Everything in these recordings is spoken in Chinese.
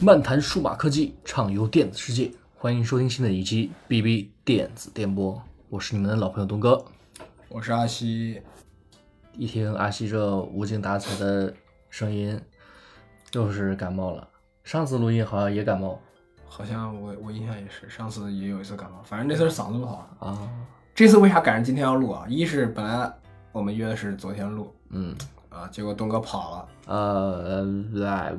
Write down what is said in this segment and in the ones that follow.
漫谈数码科技，畅游电子世界。欢迎收听新的一期 BB 电子电波，我是你们的老朋友东哥。我是阿西，一听阿西这无精打采的声音，又是感冒了。上次录音好像也感冒好像我我印象也是，上次也有一次感冒，反正这次是嗓子不好。啊，这次为啥赶上今天要录啊？一是本来我们约的是昨天录嗯，啊，结果东哥跑了，呃，来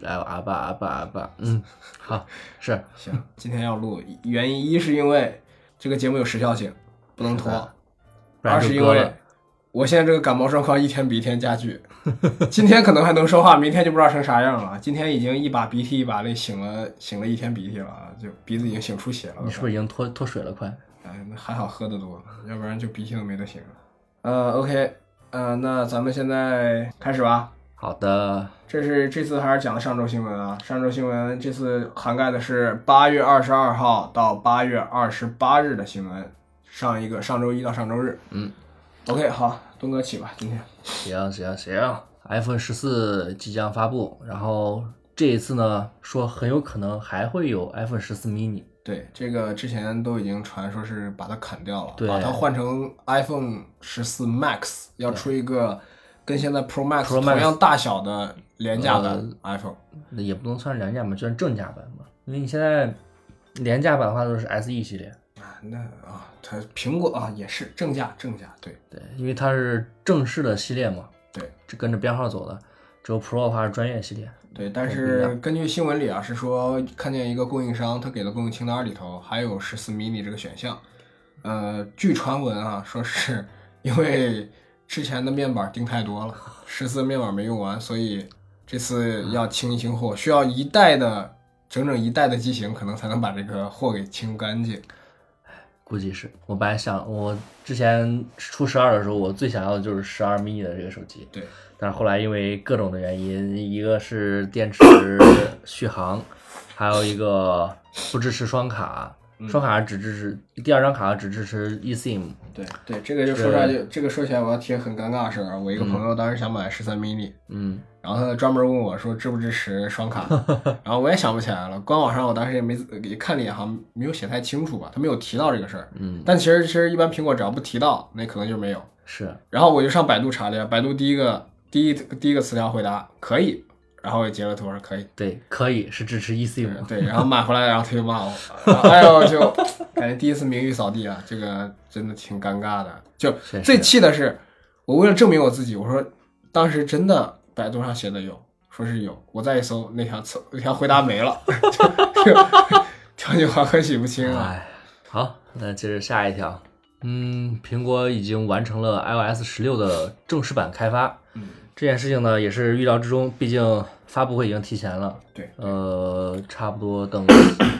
来阿爸阿爸阿爸，嗯，好，是行，今天要录，原因一是因为这个节目有时效性，不能是拖的；不二然就是因割为了。我现在这个感冒状况一天比一天加剧，今天可能还能说话，明天就不知道成啥样了。今天已经一把鼻涕一把泪，醒了醒了一天鼻涕了啊，就鼻子已经醒出血了。你是不是已经脱脱水了？快，哎，那还好喝的多，要不然就鼻涕都没得擤了。呃，OK，呃，那咱们现在开始吧。好的，这是这次还是讲的上周新闻啊，上周新闻这次涵盖的是八月二十二号到八月二十八日的新闻，上一个上周一到上周日。嗯，OK，好，东哥起吧，今天。行行行，iPhone 十四即将发布，然后这一次呢，说很有可能还会有 iPhone 十四 mini。对，这个之前都已经传说是把它砍掉了，对把它换成 iPhone 十四 Max，要出一个跟现在 Pro Max Pro Max 呃同样大小的廉价的 iPhone。那也不能算是廉价版，就算正价版嘛。因为你现在廉价版的话都是 SE 系列，啊，那啊，它苹果啊也是正价正价，对对，因为它是正式的系列嘛，对这跟着编号走的。只有 Pro 的话是专业系列，对。但不一是根据新闻里啊是说，看见一个供应商，他给的供应清单里头还有十四 mini 这个选项。呃，据传闻啊，说是因为之前的面板订太多了，十四面板没用完，所以这次要清一清货，需要一代的整整一代的机型，可能才能把这个货给清干净。估计是。我本来想，我之前出十二的时候，我最想要的就是十二 mini 的这个手机，对，但是后来因为各种的原因，一个是电池续航，还有一个不支持双卡，双卡只支持第二张卡只支持 eSIM，对对，这个就说出来就这个说起来，我要提个很尴尬的事儿啊。我一个朋友当时想买十三 mini，嗯，然后他专门问我说支不支持双卡，然后我也想不起来了。官网上我当时也没也看了一眼，好像没有写太清楚吧，他没有提到这个事儿。嗯，但其实其实一般苹果只要不提到，那可能就没有。是然后我就上百度查了一下，百度第一个第一第一个词条回答可以，然后我也截了图我说可以。对，可以是支持 eSIM，对，然后买回来，然后他就骂我，然后哎呦，就感觉第一次名誉扫地啊，这个真的挺尴尬的。就确最实气的是，我为了证明我自己，我说当时真的百度上写的有，说是有，我再一搜那条测那条回答没了，就 就条件话很洗不清啊。哎，好，那接着下一条，嗯，苹果已经完成了 iOS 十六的正式版开发，嗯，这件事情呢也是预料之中，毕竟发布会已经提前了，对，呃，差不多等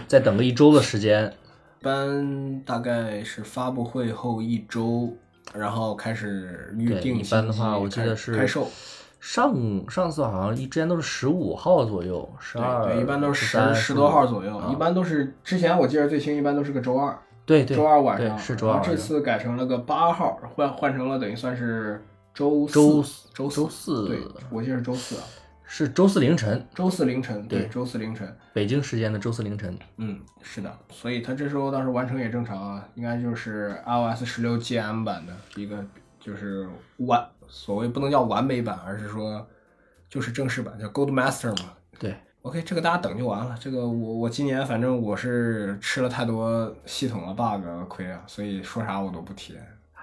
再等个一周的时间，一般大概是发布会后一周，然后开始预对，定一新机。般的话，我记开得是开售，上上次好像一之前都是十五号左右，十二对，对，一般都是13十十多号左右，啊一般都是之前我记得最新一般都是个周二，对对，周二晚上对是周二然晚后上。这次改成了个八号，换换成了等于算是周四周四周周四对，我记得是周四啊，是周四凌晨，周四凌晨，对对，周四凌晨，北京时间的周四凌晨。嗯，是的，所以它这时候倒是完成也正常啊，应该就是 iOS 十六 GM 版的一个就是完所谓不能叫完美版，而是说就是正式版叫 Gold Master 嘛，对， OK，这个大家等就完了。这个我我今年反正我是吃了太多系统的 bug 亏啊，所以说啥我都不体验。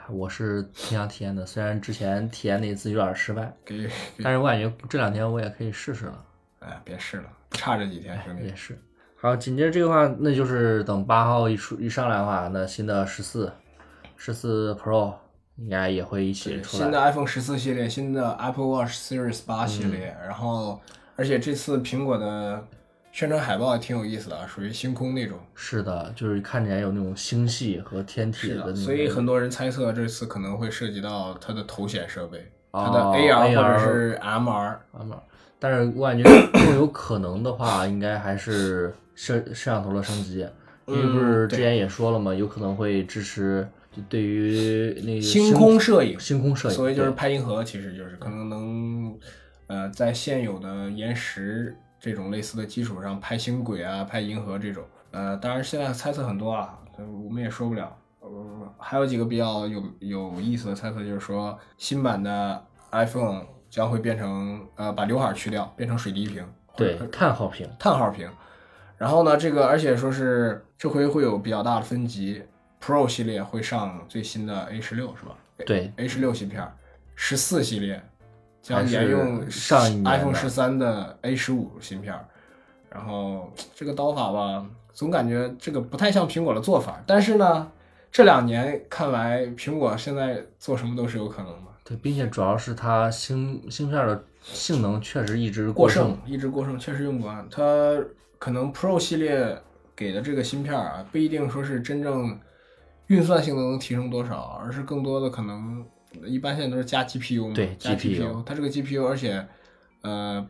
我是挺想体验的，虽然之前体验那一次有点失败，给但是我感觉这两天我也可以试试了。哎，别试了，差这几天兄弟也。是。好，紧接着这个话，那就是等八号一出一上来的话，那新的十四、十四 Pro 应该也会一起对出新来。的 iPhone 十四系列，新的 Apple Watch Series 八系列，嗯然后而且这次苹果的宣传海报也挺有意思的啊，属于星空那种。是的，就是看起来有那种星系和天体是的那嗯的，种。所以很多人猜测这次可能会涉及到它的头显设备，它的哦 AR 或者 AR 是 MR。慢慢儿，但啊是我感觉更有可能的话，应该还是摄摄像头的升级，因为不是嗯之对前也说了嘛，有可能会支持就对于那个星空摄影星空摄影，所以就是对拍银河，其实就是可能能，呃，在现有的延时这种类似的基础上拍星轨啊、拍银河这种。呃，当然现在猜测很多啊，呃我们也说不了。呃，还有几个比较有有意思的猜测，就是说新版的 iPhone 将会变成呃把刘海去掉，变成水滴屏，对或者，叹号屏，叹号屏。然后呢，这个而且说是这回会有比较大的分级，Pro 系列会上最新的 A 十六是吧对， ？A 十六芯片，十四系列还将是沿用上一年的 iPhone 十三的 A 十五芯片。然后这个刀法吧，总感觉这个不太像苹果的做法。但是呢，这两年看来，苹果现在做什么都是有可能的，对，并且主要是它芯芯片的性能确实一直过剩剩，，一直过剩，确实用不完。它可能 Pro 系列给的这个芯片儿啊，不一定说是真正运算性能能提升多少，而是更多的可能一般现在都是加 GPU 嘛，对加 GPU 它这个 GPU，而且呃，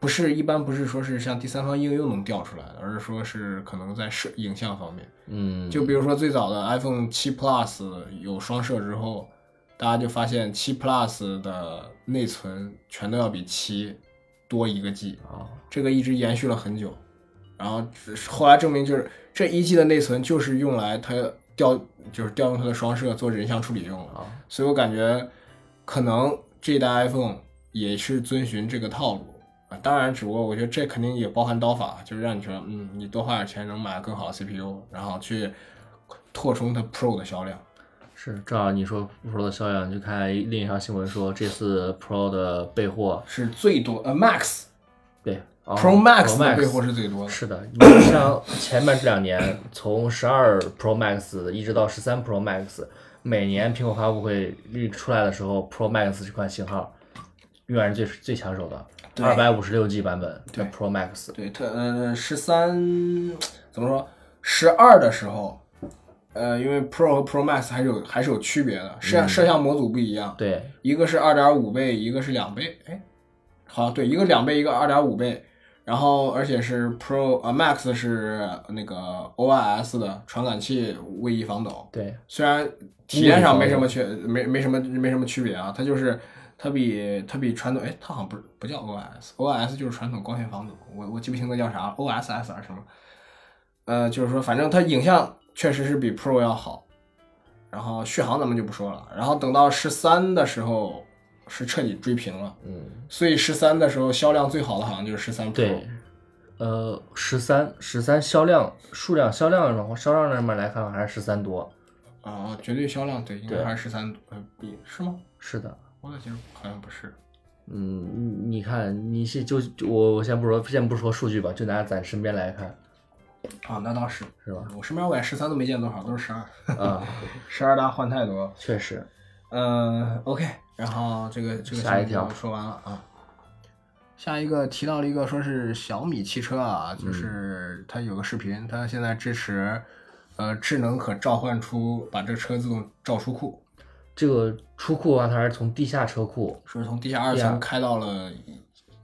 不是一般不是说是像第三方应用能调出来的，而是说是可能在摄影像方面，嗯，就比如说最早的 iPhone 七 Plus 有双摄之后，大家就发现七 Plus 的内存全都要比七多一个 G，啊，这个一直延续了很久。然后只是后来证明就是这一 G 的内存就是用来它调就是调用它的双摄做人像处理用了。啊所以我感觉可能这一代 iPhone 也是遵循这个套路啊。当然，只不过我觉得这肯定也包含刀法，就是让你觉得，嗯，你多花点钱能买更好的 CPU，然后去扩充它 Pro 的销量。是，正好你说 Pro 的销量，你就看另一条新闻说，这次 Pro 的备货，是最多呃 Max 对、哦 Pro Max 的 Max 备货是最多的，是的，你像前面这两年，从十二 Pro Max 一直到十三 Pro Max，每年苹果发布会一出来的时候，Pro Max 这款型号永远是最最抢手的，对二百五十六 G 版本对的 Pro Max，对，特呃十三怎么说？十二的时候，呃，因为 Pro 和 Pro Max 还是有还是有区别的，摄像摄像模组不一样，对一个是二点五倍，一个是两倍，哎，好像对，一个两倍，一个二点五倍，然后而且是 Pro 呃 Max 是那个 OIS 的传感器位移防抖，对虽然体验上没什么区，没没什么没什么区别啊，它就是它比它比传统，哎，它好像不是不叫 OIS，OIS 就是传统光学防抖，我我记不清它叫啥，OSS 还是什么，呃，就是说反正它影像确实是比 Pro 要好，然后续航咱们就不说了，然后等到十三的时候是彻底追平了，嗯，所以十三的时候销量最好的好像就是十三 Pro，对，呃，十三十三销量数量销量的话，销量上面来看还是十三多，啊、绝对销量对，应该对还是十三，呃，比是吗？是的。我咋记得好像不是。嗯，你你看，你是就就我我先不说，先不说数据吧，就拿咱身边来看，啊，那倒是是吧？我身边我也十三都没见多少，都是十二，啊，十二大换太多。确实，嗯，OK，然后这个这个下一新闻条就说完了啊。下一个提到了一个说是小米汽车啊，嗯就是它有个视频，它现在支持呃智能可召唤出把这车自动召出库，这个出库啊，它是从地下车库。说是从地下二层开到了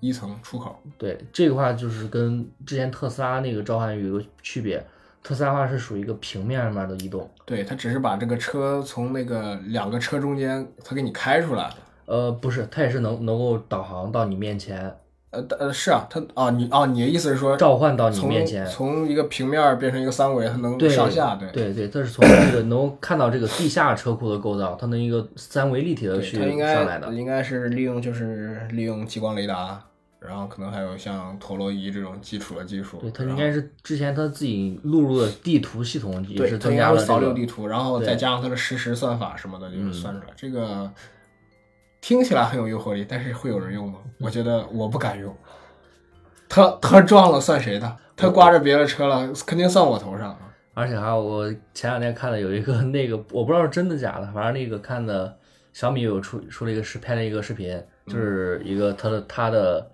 一一层出口。对，这个话就是跟之前特斯拉那个召唤有一个区别，特斯拉的话是属于一个平面上面的移动，对，它只是把这个车从那个两个车中间，它给你开出来了。呃，不是，它也是能能够导航到你面前，呃呃，是啊，它啊你啊你的意思是说召唤到你从面前。从一个平面儿变成一个三维，它能对上下，对，对对，它是从这个能够看到这个地下车库的构造，它能一个三维立体的对去它应上来该的。应该是利用就是利用激光雷达，然后可能还有像陀螺仪这种基础的技术，对，它然应后该是之前它自己录入的地图系统也对，是它增应该加会了这扫六个地图，然后对再加上它的实时算法什么的，就是嗯算出来。这个听起来很有诱惑力，但是会有人用吗？嗯我觉得我不敢用。他他撞了算谁的？他刮着别的车了，肯定算我头上啊。而且还有我前两天看的有一个 那个，我不知道是真的假的，反正那个看的小米有出出了一个视拍了一个视频，就是嗯一个它的它的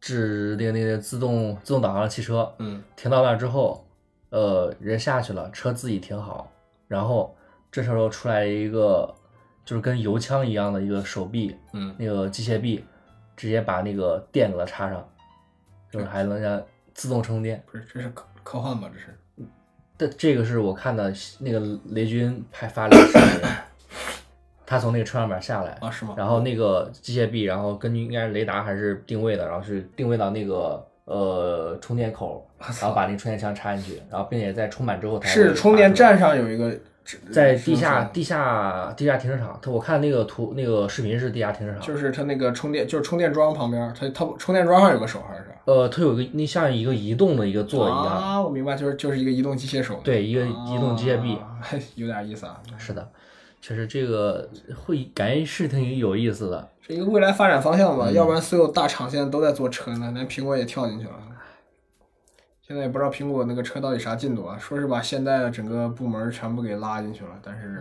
制那个那个自动自动导航的汽车，嗯，停到那儿之后，呃，人下去了，车自己停好，然后这时候出来一个就是跟油枪一样的一个手臂，嗯那个机械臂，直接把那个电给它插上，就是还能让自动充电。不是，这是科科幻吧？这是。这这个是我看的那个雷军拍发了一个视频，他从那个车上面下来，啊，是吗？然后那个机械臂，然后根据应该是雷达还是定位的，然后是定位到那个呃充电口，然后把那充电枪插进去，然后并且在充满之后它是会充电拔出来。站上有一个在地下地，地下地下停车场，它我看那个图那个视频是地下停车场，就是它那个充电，就是充电桩旁边，它它充电桩上有个手还是啥？呃，它有一个那像一个移动的一个座椅一样，啊，我明白，就是就是一个移动机械手，对，一个移动机械臂，啊，有点意思啊，是的，确实这个会感觉是挺有意思的。是一个未来发展方向吧，要嗯不然所有大厂现在都在做车呢，连苹果也跳进去了。现在也不知道苹果那个车到底啥进度啊，说是把现在整个部门全部给拉进去了，但是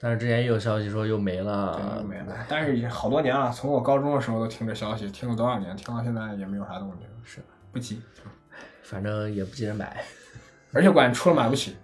但是之前也有消息说又没对了，没了。但是已经好多年了，从我高中的时候都听这消息，听了多少年，听到现在也没有啥动静。是，不急，反正也不急着买， 而且管出了买不起。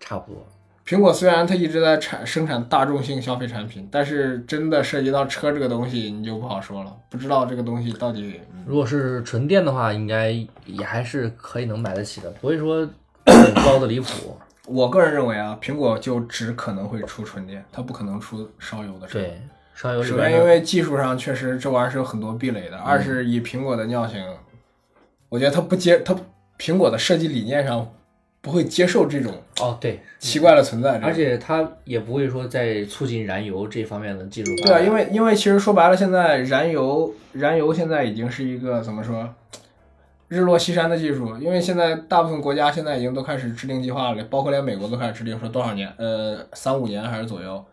差不多。苹果虽然它一直在产生产大众性消费产品，但是真的涉及到车这个东西，你就不好说了，不知道这个东西到底。嗯如果是纯电的话，应该也还是可以能买得起的，不会说很高的离谱。我个人认为啊，苹果就只可能会出纯电，它不可能出烧油的车。对，烧油里首边先，因的为技术上确实这玩意儿是有很多壁垒的；二是以苹果的尿性，我觉得它不接它苹果的设计理念上不会接受这种哦对，奇怪的存在。而且它也不会说在促进燃油这方面的技术发对啊，展。因为因为其实说白了，现在燃油燃油现在已经是一个怎么说，日落西山的技术。因为现在大部分国家现在已经都开始制定计划了，包括连美国都开始制定说多少年，呃，三五年还是左右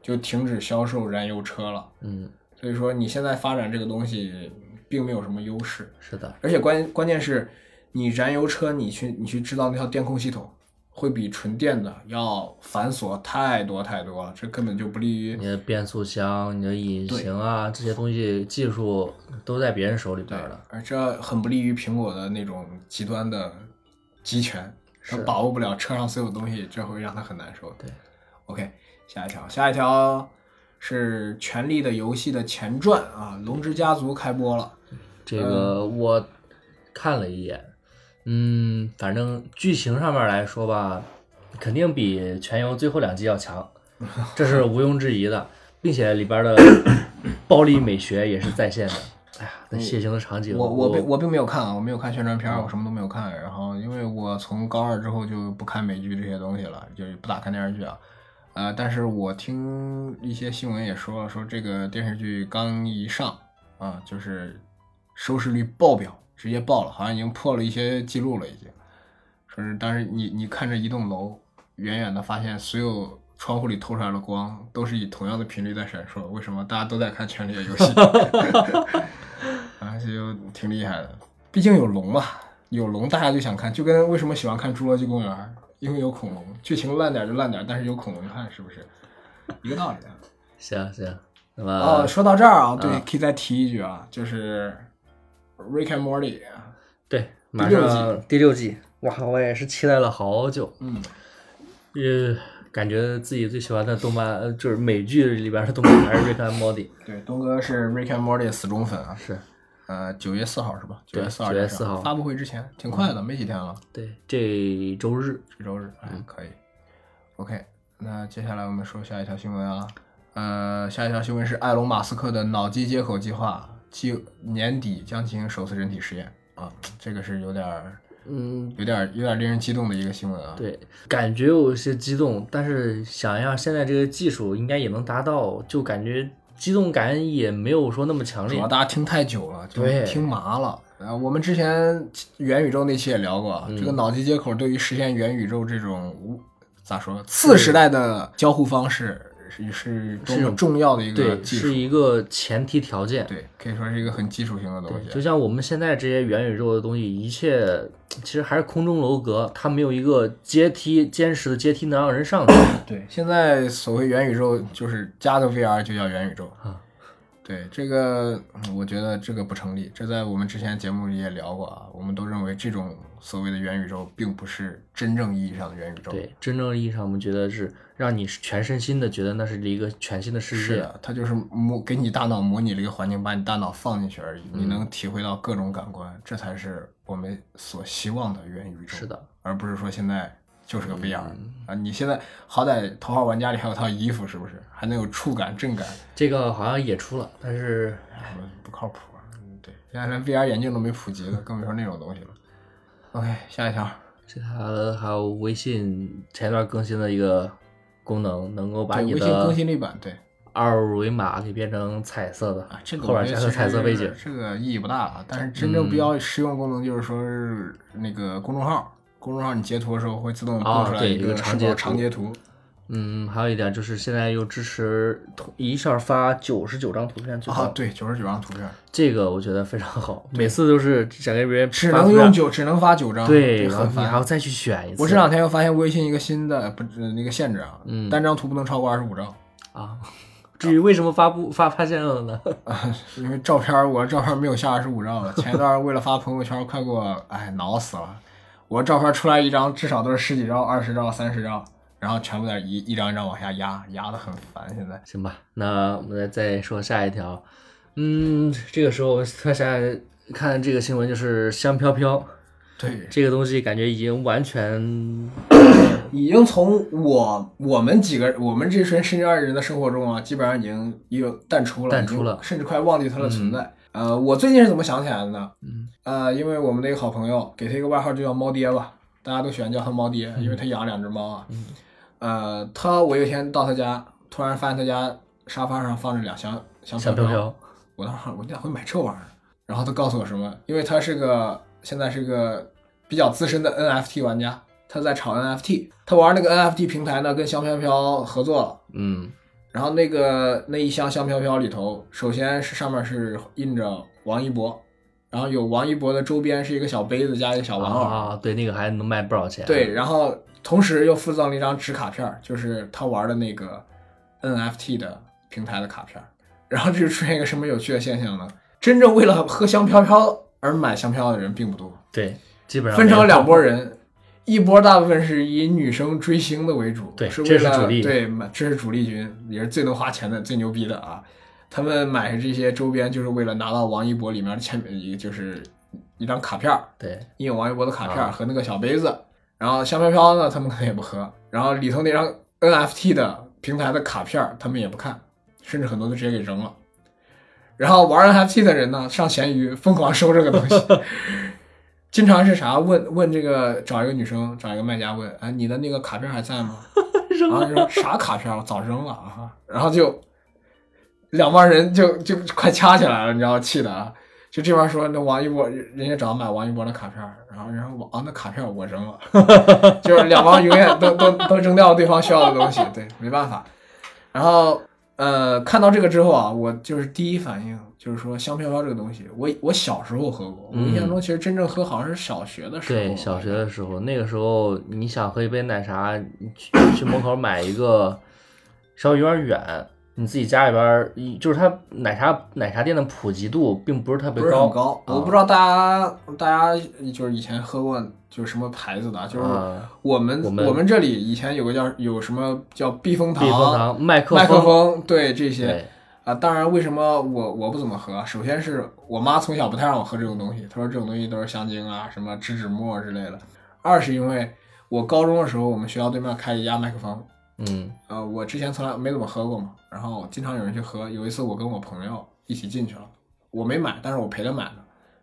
就停止销售燃油车了。嗯，所以说你现在发展这个东西并没有什么优势，是的，而且关关键是，你燃油车你去你去制造那套电控系统。会比纯电的要繁琐太多太多了，这根本就不利于你的变速箱、你的引擎啊这些东西技术都在别人手里边对了。，而这很不利于苹果的那种极端的集权，它是把握不了车上所有东西，这会让他很难受。对，OK，下一条，下一条是《权力的游戏》的前传啊，《龙之家族》开播了，这个我看了一眼，嗯，反正剧情上面来说吧，肯定比《全游》最后两季要 强，这是毋庸置疑的，并且里边的暴力美学也是在线的。哎呀，那血腥的场景，哦我我并我并没有看啊，我没有看宣传片儿，我什么都没有看。然后因为我从高二之后就不看美剧这些东西了，就是不咋看电视剧啊。呃，但是我听一些新闻也说了，说这个电视剧刚一上啊，就是收视率爆表，直接爆了，好像已经破了一些记录了，已经。说是当时你你看着一栋楼，远远的发现所有窗户里透出来的光都是以同样的频率在闪烁，为什么大家都在看《权力的游戏》 啊？这就挺厉害的，毕竟有龙嘛，有龙大家就想看，就跟为什么喜欢看《侏罗纪公园》，因为有恐龙，剧情烂点就烂点，但是有恐龙看，是不是一个道理啊？行行，那哦，么说到这儿嗯啊，对，可以再提一句啊，就是《Rick and Morty》，啊对，马第六上第六季，哇，我也是期待了好久，嗯，呃，感觉自己最喜欢的动漫呃就是美剧里边的动漫还是《瑞克和莫蒂》，对，东哥是《Rick and Morty》的死忠粉啊，是。呃，九月四号是吧？对月四号， 9月4号嗯发布会之前，挺快的，没几天了，对，这周日这周日，嗯哎，可以。OK，那接下来我们说下一条新闻啊，呃，下一条新闻是埃隆·马斯克的脑机接口计划，即年底将进行首次人体实验啊，这个是有点儿嗯，有点儿有点儿令人激动的一个新闻啊。对，感觉有些激动，但是想一下现在这个技术应该也能达到，就感觉激动感也没有说那么强主烈要。大家听太久了，就对听麻了。呃，我们之前元宇宙那期也聊过啊，这嗯个脑机接口对于实现元宇宙这种无咋说次时代的交互方式是是多是么种重要的一个对，技是术，一个前提条件。对，可以说是一个很基础性的东对，就西。啊像我们现在这些元宇宙的东西，一切其实还是空中楼阁，它没有一个阶梯坚实的阶梯能让人上去。对，现在所谓元宇宙就是加个 VR 就叫元宇宙啊。对这个，嗯我觉得这个不成立。这在我们之前节目里也聊过啊，我们都认为这种所谓的元宇宙并不是真正意义上的元宇宙。对，真正意义上我们觉得是让你全身心的觉得那是一个全新的世是界。的，它就是模给你大脑模拟了一个环境，把你大脑放进去而已，你嗯能体会到各种感官，这才是我们所希望的元宇宙。是，的，嗯而不是说现在就是个 VR、啊！你现在好歹头号玩家里还有套衣服，是不是还能有触感、震感？这个好像也出了，但是哎不靠谱啊，对，现在连 VR 眼镜都没普及了，更别说那种东西了。OK，下一条，这还还有微信前段更新的一个功能，能够把对你微信更新的了一版，对二维码给变成彩色的啊，这，个后我边觉加上得其彩色背景嗯实。这个意义不大了。但是真正比较实用功能就是说是那个公众号，公众号你截图的时候会自动啊蹦出来对一一个长长截长图截图，嗯，还有一点就是现在又支持同一下发九十九张图片最高，啊，对，九十九张图片，这个我觉得非常好。每次都是想给别人只发能图片用九，只能发九张，对，然后很你还烦要。再去选一次。我这两天又发现微信一个新的不是那个限制啊，嗯单张图不能超过二十五张啊， 至于为什么发布发发现了呢？啊， 因为照片儿我照片儿没有下二十五张了。前一段儿为了发朋友圈，快给我哎挠死了。我照片儿出来一张，至少都是十几张、二十张、三十张，然后全部在一一张一张往下压，压的很烦。现在 行吧，那我们再再说下一条。嗯，这个时候我突然想起来看这个新闻，就是香飘飘对，这个东西，感觉已经完全已经从我我们几个我们这群深圳二人的生活中啊，基本上已经已经淡出了，淡出了已经甚至快忘记它的存在。呃，我最近是怎么想起来的呢？嗯，呃，因为我们的一个好朋友，给他一个外号就叫猫爹吧，大家都喜欢叫他猫爹，因为他养了两只猫啊。嗯呃，他我有一天到他家，突然发现他家沙发上放着两箱箱香飘飘。我当时我哪会买这玩意儿？然后他告诉我什么？因为他是个现在是个比较资深的 NFT 玩家，他在炒 NFT，他玩那个 NFT 平台呢，跟香飘飘合作了。嗯然后那个那一箱香飘飘里头，首先是上面是印着王一博，然后有王一博的周边是一个小杯子加一个小玩偶，啊，对，那个还能卖不少钱。对，，然后同时又附赠了一张纸卡片儿，就是他玩的那个 NFT 的平台的卡片儿。然后这就出现一个什么有趣的现象呢？真正为了喝香飘飘而买香飘的人并不多，对，基本上分成了两拨人。人，一波大部分是以女生追星的为主，对是为这是了主力对，买这是主力军，也是最能花钱的、最牛逼的啊！他们买这些周边就是为了拿到王一博里面的签名，也就是一张卡片儿，对，印有王一博的卡片儿啊和那个小杯子。然后香飘飘呢，他们可能也不喝。然后里头那张 NFT 的平台的卡片儿，他们也不看，甚至很多都直接给扔了。然后玩 NFT 的人呢，上闲鱼疯狂收这个东西， 经常是啥问问这个找一个女生找一个卖家问，哎，你的那个卡片还在吗？然后就说啥卡片啊，我早扔了啊。然后就两帮人就就快掐起来了，你知道，气的啊。就这边说那王一博，人家找买王一博的卡片，然后人说啊那卡片我扔了， 就是两帮永远都都都扔掉对方需要的东西，对，没办法。然后呃，看到这个之后啊，我就是第一反应就是说香飘飘这个东西，我我小时候喝过，我印象中其实真正喝好像是小学的时候，嗯对，小学的时候，那个时候你想喝一杯奶茶，你去去门口买一个，稍微有点远，你自己家里边儿，一就是它奶茶奶茶店的普及度并不是特别不是高，很高，啊我不知道大家大家就是以前喝过就是什么牌子的啊，就是啊我们、我们我们这里以前有个叫有什么叫避风塘、避风塘、麦克麦克风，风，对这些对，啊，当然为什么我我不怎么喝？啊首先是我妈从小不太让我喝这种东西，她说这种东西都是香精啊，什么植脂末之类的。二是因为我高中的时候，我们学校对面开一家麦克风，嗯呃，我之前从来没怎么喝过嘛，然后经常有人去喝。有一次我跟我朋友一起进去了，我没买，但是我陪他买的。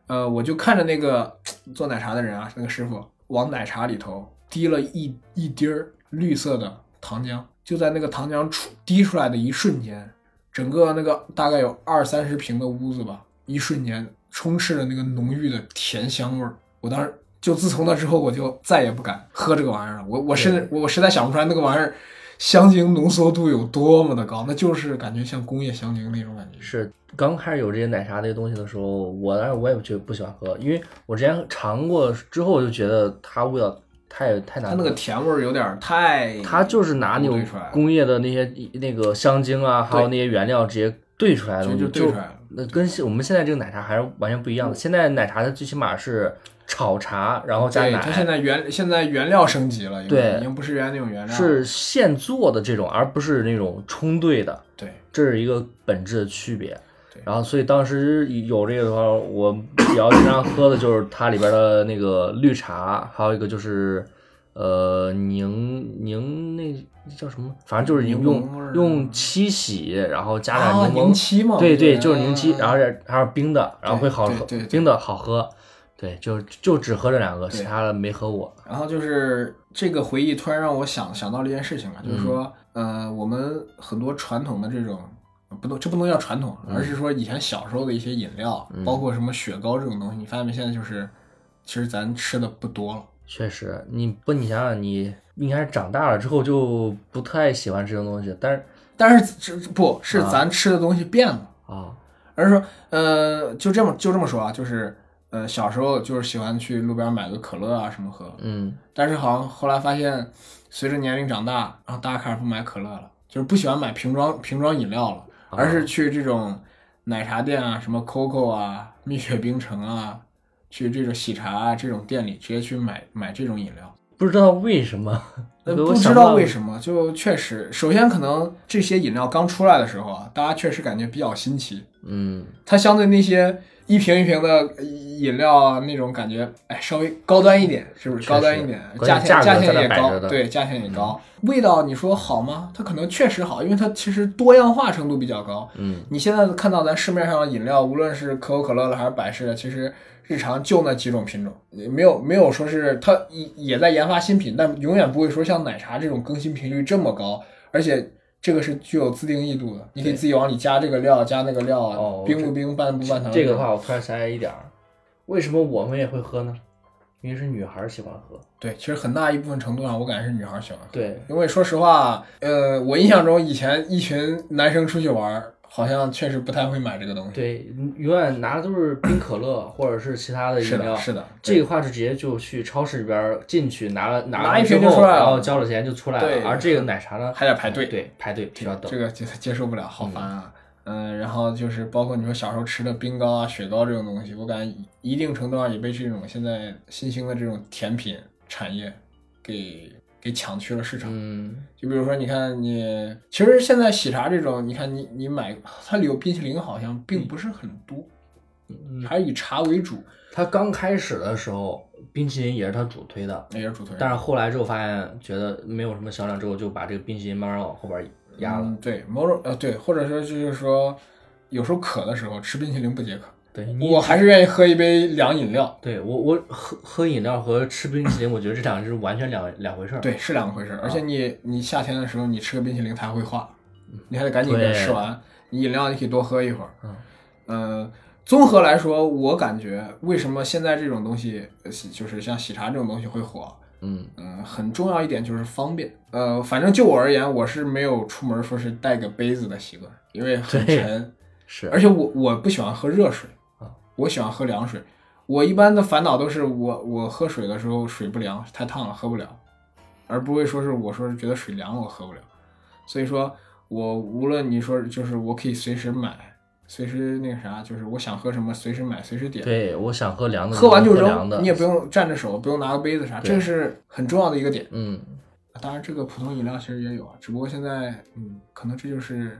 呃，我就看着那个做奶茶的人啊，那个师傅往奶茶里头滴了一一滴儿绿色的糖浆，就在那个糖浆出滴出来的一瞬间，整个那个大概有二三十平的屋子吧，一瞬间充斥着那个浓郁的甜香味儿。我当时就自从那之后，我就再也不敢喝这个玩意儿了。我我甚至我实在想不出来那个玩意儿香精浓缩度有多么的高，那就是感觉像工业香精那种感觉。是刚开始有这些奶茶这些东西的时候，我当时我也觉得不喜欢喝，因为我之前尝过之后，我就觉得它味道太太难它喝了。那个甜味儿有点儿太，它就是拿那对种出来，工业的那些那个香精啊，还有那些原料直接兑出来的东西，就就兑出来了。嗯那跟现我们现在这个奶茶还是完全不一样的。现在奶茶它最起码是炒茶，然后加对，它现奶，在原现在原料升级了，已经对已经不是原来那种原料了，是现做的这种，而不是那种冲兑的，对，这是一个本质的区别对。然后，所以当时有这个的话，我比较经常喝的就是它里边的那个绿茶，还有一个就是呃凝凝那叫什么，反正就是柠用檬味儿用用七喜，然后加点啊柠檬，柠七嘛对对对，就是凝七，啊然后是还是冰的，然后会好对喝对对，冰的好喝，对，就就只喝这两个，对其他的没喝过，然后就是这个回忆突然让我想想到了一件事情啊，就是说，呃，我们很多传统的这种，不能这不能叫传统，而是说以前小时候的一些饮料，嗯包括什么雪糕这种东西，你发现没？现在就是，其实咱吃的不多了。确实，你不你想想，你应该是长大了之后就不太喜欢这种东西，但是但是这这不是咱吃的东西变了，啊，而是说，呃，就这么就这么说啊，就是，呃，小时候就是喜欢去路边买个可乐啊什么喝，嗯，但是好像后来发现，随着年龄长大，然后大家开始不买可乐了，就是不喜欢买瓶装瓶装饮料了，啊而是去这种奶茶店啊，什么 COCO 啊、蜜雪冰城啊，去这种喜茶啊这种店里直接去买买这种饮料。不知道为什 么，呃，我不想知到道为什么，就确实，首先可能这些饮料刚出来的时候啊，大家确实感觉比较新奇，嗯，它相对那些一瓶一瓶的呃饮料啊，那种感觉，哎，稍微高端一点，是不确是？实高端一点，价关键钱价价格在钱那也摆着高的，嗯对，价钱也高。味道你说好吗？它可能确实好，因为它其实多样化程度比较高。嗯，你现在看到咱市面上的饮料，无论是可口可乐了还是百事的，其实日常就那几种品种，没有没有说是它也也在研发新品，但永远不会说像奶茶这种更新频率这么高，而且。这个是具有自定义度的，你可以自己往里加这个料，加那个料，哦冰不冰，半不半糖。这个的话，我突然想起来一点儿，为什么我们也会喝呢？因为是女孩儿喜欢喝，对，其实很大一部分程度上，我感觉是女孩喜欢喝。对，因为说实话，呃，我印象中以前一群男生出去玩儿，好像确实不太会买这个东西。对，你永远拿的都是冰可乐或者是其他的是饮料。的，是的，这个话是直接就去超市里边儿进去拿了拿拿一了之瓶就后，出来了然后交了钱就出来对了。而这个奶茶呢，还得排队对，排队需要等。这个接接受不了，好烦啊。嗯、然后就是包括你说小时候吃的冰糕啊、雪糕这种东西，我感觉一定程度上也被这种现在新兴的这种甜品产业给给抢去了市场。嗯，就比如说，你看你，其实现在喜茶这种，你看你你买它里有冰淇淋好像嗯并不是很多，还是以茶为主，它刚开始的时候，冰淇淋也是它主推的，那也是主推。但是后来之后发现觉得没有什么销量，之后就把这个冰淇淋慢慢往后边儿压了。嗯，对，某种呃对，或者说就是说，有时候渴的时候吃冰淇淋不解渴，对你我还是愿意喝一杯凉饮料。对我我喝喝饮料和吃冰淇淋，我觉得这两个是完全两两回事儿。对，是两回事儿。啊而且你你夏天的时候，你吃个冰淇淋它还会化，你还得赶紧给它吃完。你饮料你可以多喝一会儿。嗯呃，综合来说，我感觉为什么现在这种东西，呃喜就是像喜茶这种东西会火，嗯，嗯、很重要一点就是方便。呃，反正就我而言，我是没有出门说是带个杯子的习惯，因为很对沉。是，而且我我不喜欢喝热水啊，我喜欢喝凉水。我一般的烦恼都是我我喝水的时候水不凉，太烫了喝不了，而不会说是我说是觉得水凉了我喝不了。所以说我无论你说就是我可以随时买，随时那个啥，就是我想喝什么随时买随时点，对，我想喝凉的，喝完就喝凉的扔，你也不用蘸着手，不用拿个杯子啥，对这是很重要的一个点。嗯，当然，这个普通饮料其实也有啊，只不过现在，嗯，可能这就是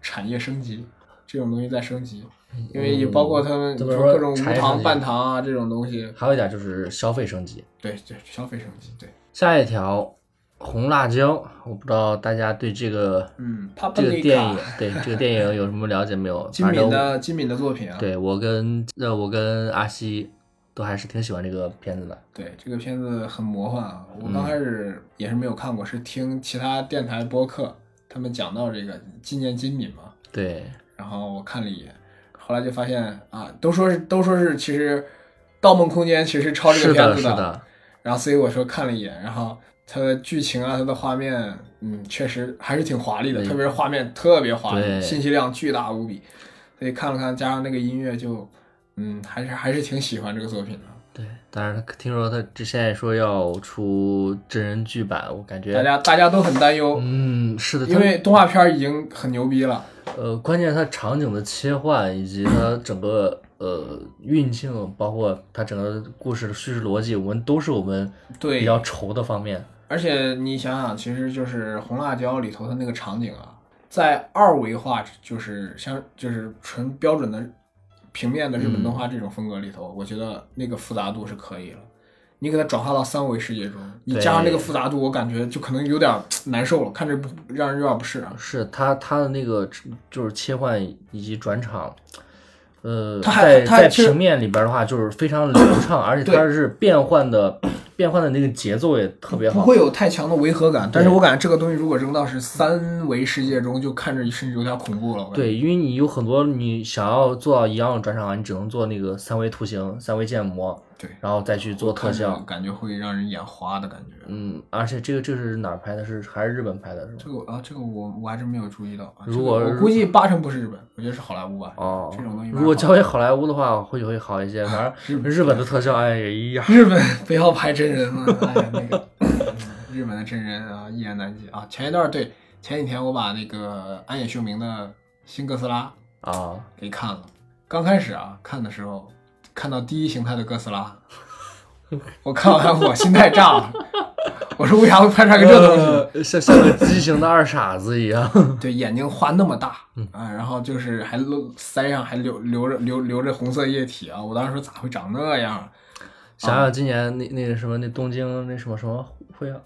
产业升级，这种东西在升级，因为也包括他们嗯你这说么说各种无产业升糖、级半糖啊这种东西，还有一点就是消费升级。对对，消费升级，对，下一条，红辣椒，我不知道大家对这个嗯，帕这布个利电影 卡，对这个电影有什么了解没有？金反正敏的金敏的作品啊，对我跟呃我跟阿西都还是挺喜欢这个片子的。对，这个片子很魔幻啊，我嗯刚开始也是没有看过，是听其他电台播客他们讲到这个纪念金敏嘛，对，然后我看了一眼，后来就发现啊，都说是都说是其实《盗梦空间》其实抄这个是片的，子是的，然后所以我说看了一眼，然后它的剧情啊，它的画面，嗯，确实还是挺华丽的，对特别是画面特别华丽，嗯对信息量巨大无比，所以看了看，加上那个音乐就，嗯，还是还是挺喜欢这个作品的。对。但是他听说他之前也说要出真人剧版，我感觉大家大家都很担忧，嗯，是的，因它为动画片儿已经很牛逼了。呃，关键它场景的切换以及它整个呃运镜，包括它整个故事的叙事逻辑，我们都是我们对比较愁的方面。而且你想想，其实就是《红辣椒》里头的那个场景啊，在二维化，就是像就是纯标准的平面的日本动画这种风格里头，我觉得那个复杂度是可以了。你给它转化到三维世界中，你加上这个复杂度，我感觉就可能有点儿难受了，看着不让人有点不适啊。是他他的那个就是切换以及转场，呃，它还在它在其实平面里边的话就是非常流 畅，而且它是变换的变换的那个节奏也特别不好。会有太强的违和感，但是我感觉这个东西如果扔到是三维世界中，就看着甚至有点恐怖了。我感觉，对，因为你有很多你想要做到一样的转场，你只能做那个三维图形、三维建模，对然后再去做特看着效。感觉会让人眼花的感觉。嗯，而且这个这是哪儿拍的？是还是日本拍的，是吗？这个啊，这个我我还真没有注意到。啊、如果这个我估计八成不是日本，我觉得是好莱坞吧。哦这种东西，如果蛮好交给好莱坞的话，会会好一些。 反正日本的特效，哎呀，日本不要拍真人了，哎呀，那个嗯日本的真人啊，一言难尽啊。前一段对，前几天我把那个安野秀明的《新哥斯拉》啊，给看了。刚开始啊，看的时候看到第一形态的哥斯拉，我看完我心态炸了， 我说为啥会拍出来个这东西？呃像像个畸形的二傻子一 样。对，眼睛画那么大，嗯啊，然后就是还露腮上还流流着流流着红色液体啊！我当时说咋会长那样？想啊想今年那那个什么，那东京那什么什么会啊？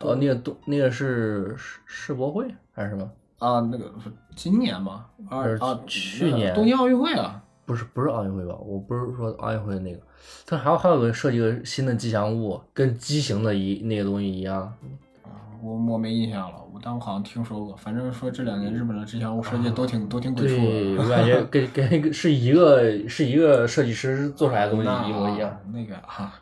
哦，那个东那个是世世博会还是什么？啊，那个今年吧，啊是啊，去那个年东京奥运会啊，不是不是奥运会吧？我不是说奥运会那个，它还有还有个设计个新的吉祥物，跟畸形的一那个东西一样。啊我我没印象了，我但我好像听说过，反正说这两年日本的吉祥物设计都挺、都挺鬼畜啊对， 的，我感觉跟跟是一个是一个设计师 做出来的东西那一模一样。那个啊，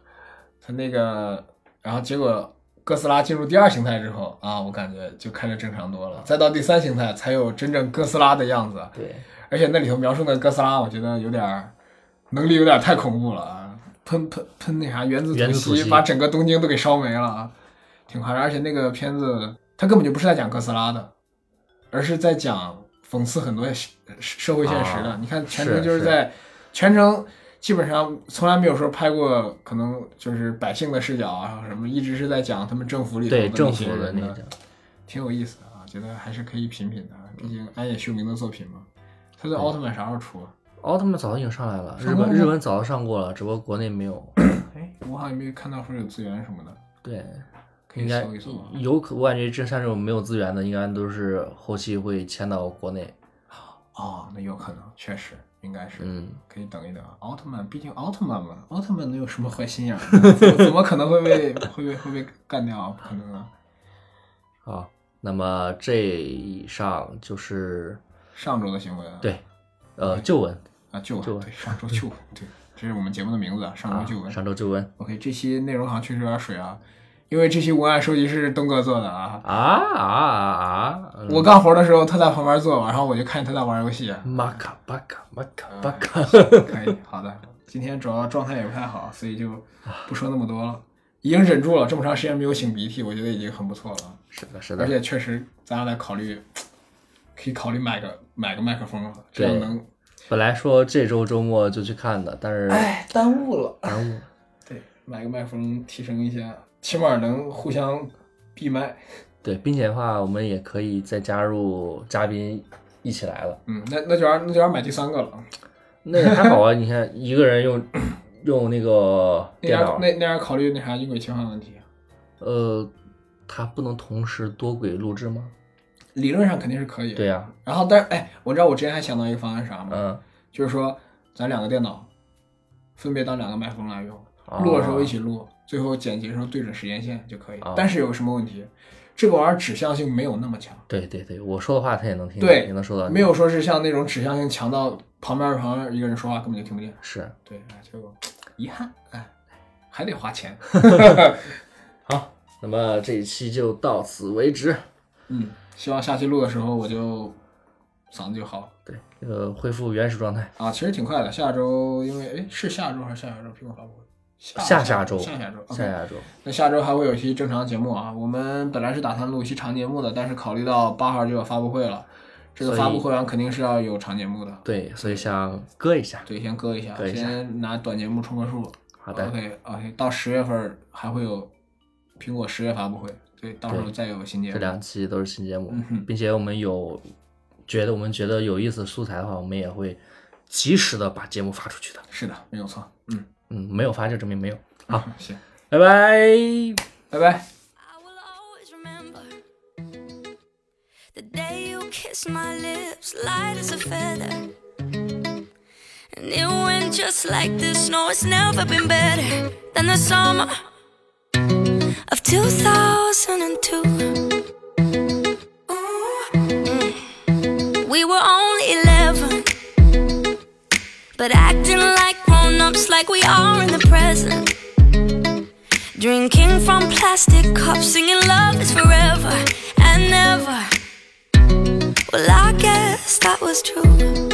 他那个，然后结果哥斯拉进入第二形态之后啊，我感觉就看着正常多了，再到第三形态才有真正哥斯拉的样子。对，而且那里头描述的哥斯拉，我觉得有点儿能力有点儿太恐怖了啊！喷喷喷那啥原子原吐子吐息把整个东京都给烧没了啊，挺夸张。而且那个片子它根本就不是在讲哥斯拉的，而是在讲讽刺很多社社会现实的。啊你看全程是就是是在全程。基本上从来没有说拍过，可能就是百姓的视角啊什么，一直是在讲他们政府里头的对，政那些府的人那的个。挺有意思的啊，觉得还是可以品品的啊，毕竟安野秀明的作品嘛。他的嗯奥特曼啥时候出啊？奥特曼早就已经上来了，上日过本吗日本早就上过了，只不过国内没 有。哎，我好像没看到说有资源什么的，对，可应以该嗯搜一搜啊。有可，我感觉这像这种没有资源的，应该都是后期会迁到国内。哦，那有可能，确实应该是，嗯，可以等一等啊。奥特曼，毕竟奥特曼嘛，奥特曼能有什么坏心眼儿 呢？怎么怎么可能会被会被会被干掉啊？不可能啊！好，那么这以上就是上周的新闻啊，对，呃，旧闻啊，旧旧闻，闻对，上周旧闻， 对，这是我们节目的名字啊，上啊周旧，闻。上周旧闻 OK，这期内容好像确实有点水啊，因为这期文案收集是东哥做的啊。啊啊啊！嗯我干活的时候，他在旁边坐，然后我就看见他在玩游戏。玛卡巴卡玛卡巴卡哎， 可以，好的。今天主要状态也不太好，所以就不说那么多了。已经忍住了，这么长时间没有擤鼻涕，我觉得已经很不错了。是的，是而的，且确实，咱俩在考虑，可以考虑买个买个麦克风了，这样对能。本来说这周周末就去看的，但是哎，耽误了。耽误了。对，买个麦克风提升一下，起码能互相闭麦。对，并且的话，我们也可以再加入嘉宾一起来了。嗯，那那就要那就要买第三个了。 那也还好啊，你看一个人 用用那个那电样脑，那那样考虑那啥音轨切换问题。啊呃，它不能同时多轨录制吗？理论上肯定是可以。对。呀、然后，但是哎，我知道我之前还想到一个方案是啥吗？嗯，就是说咱两个电脑分别当两个麦克风来用，啊录的时候一起录，最后剪辑的时候对准时间线就可以。啊但是有个什么问题？这个玩意儿指向性没有那么强，对对对，我说的话他也能听，对也能收到，没有说是像那种指向性强到旁边旁边一个人说话根本就听不见。是对，哎就遗憾，哎，还得 花钱。好。那么这一期就到此为止，嗯，希望下期录的时候我就嗓子就好了。对，呃，恢复原始状态。啊，其实挺快的。下周因为哎是下周还是下下周苹果发布会？下下下周，下下周，下下周，那下周还会有一期正常节目啊。我们本来是打算录一期长节目的，但是考虑到八号就有发布会了，这个所以发布会完肯定是要有长节目的，对，所以想割一下。对，先搁一下，搁一下先拿短节目充个数。好的 OK OK，到十月份儿还会有苹果十月发布会，对，到时候再有新节这目。两期都是新节目嗯，哼并且我们有觉得我们觉得有意思的素材的话，我们也会及时的把节目发出去的。是的，没有错。嗯，嗯，没有发就证明没有。好，行，拜拜。拜拜。 I will always remember the day you kissed my lips, light as a feather. And it went just like this. No, it's never been better than the summer of 2002. Ooh, mm. We were only 11, but acting like grown ups, like we are in the present. Drinking from plastic cups, singing love is forever and never. Well, I guess that was true. Uh,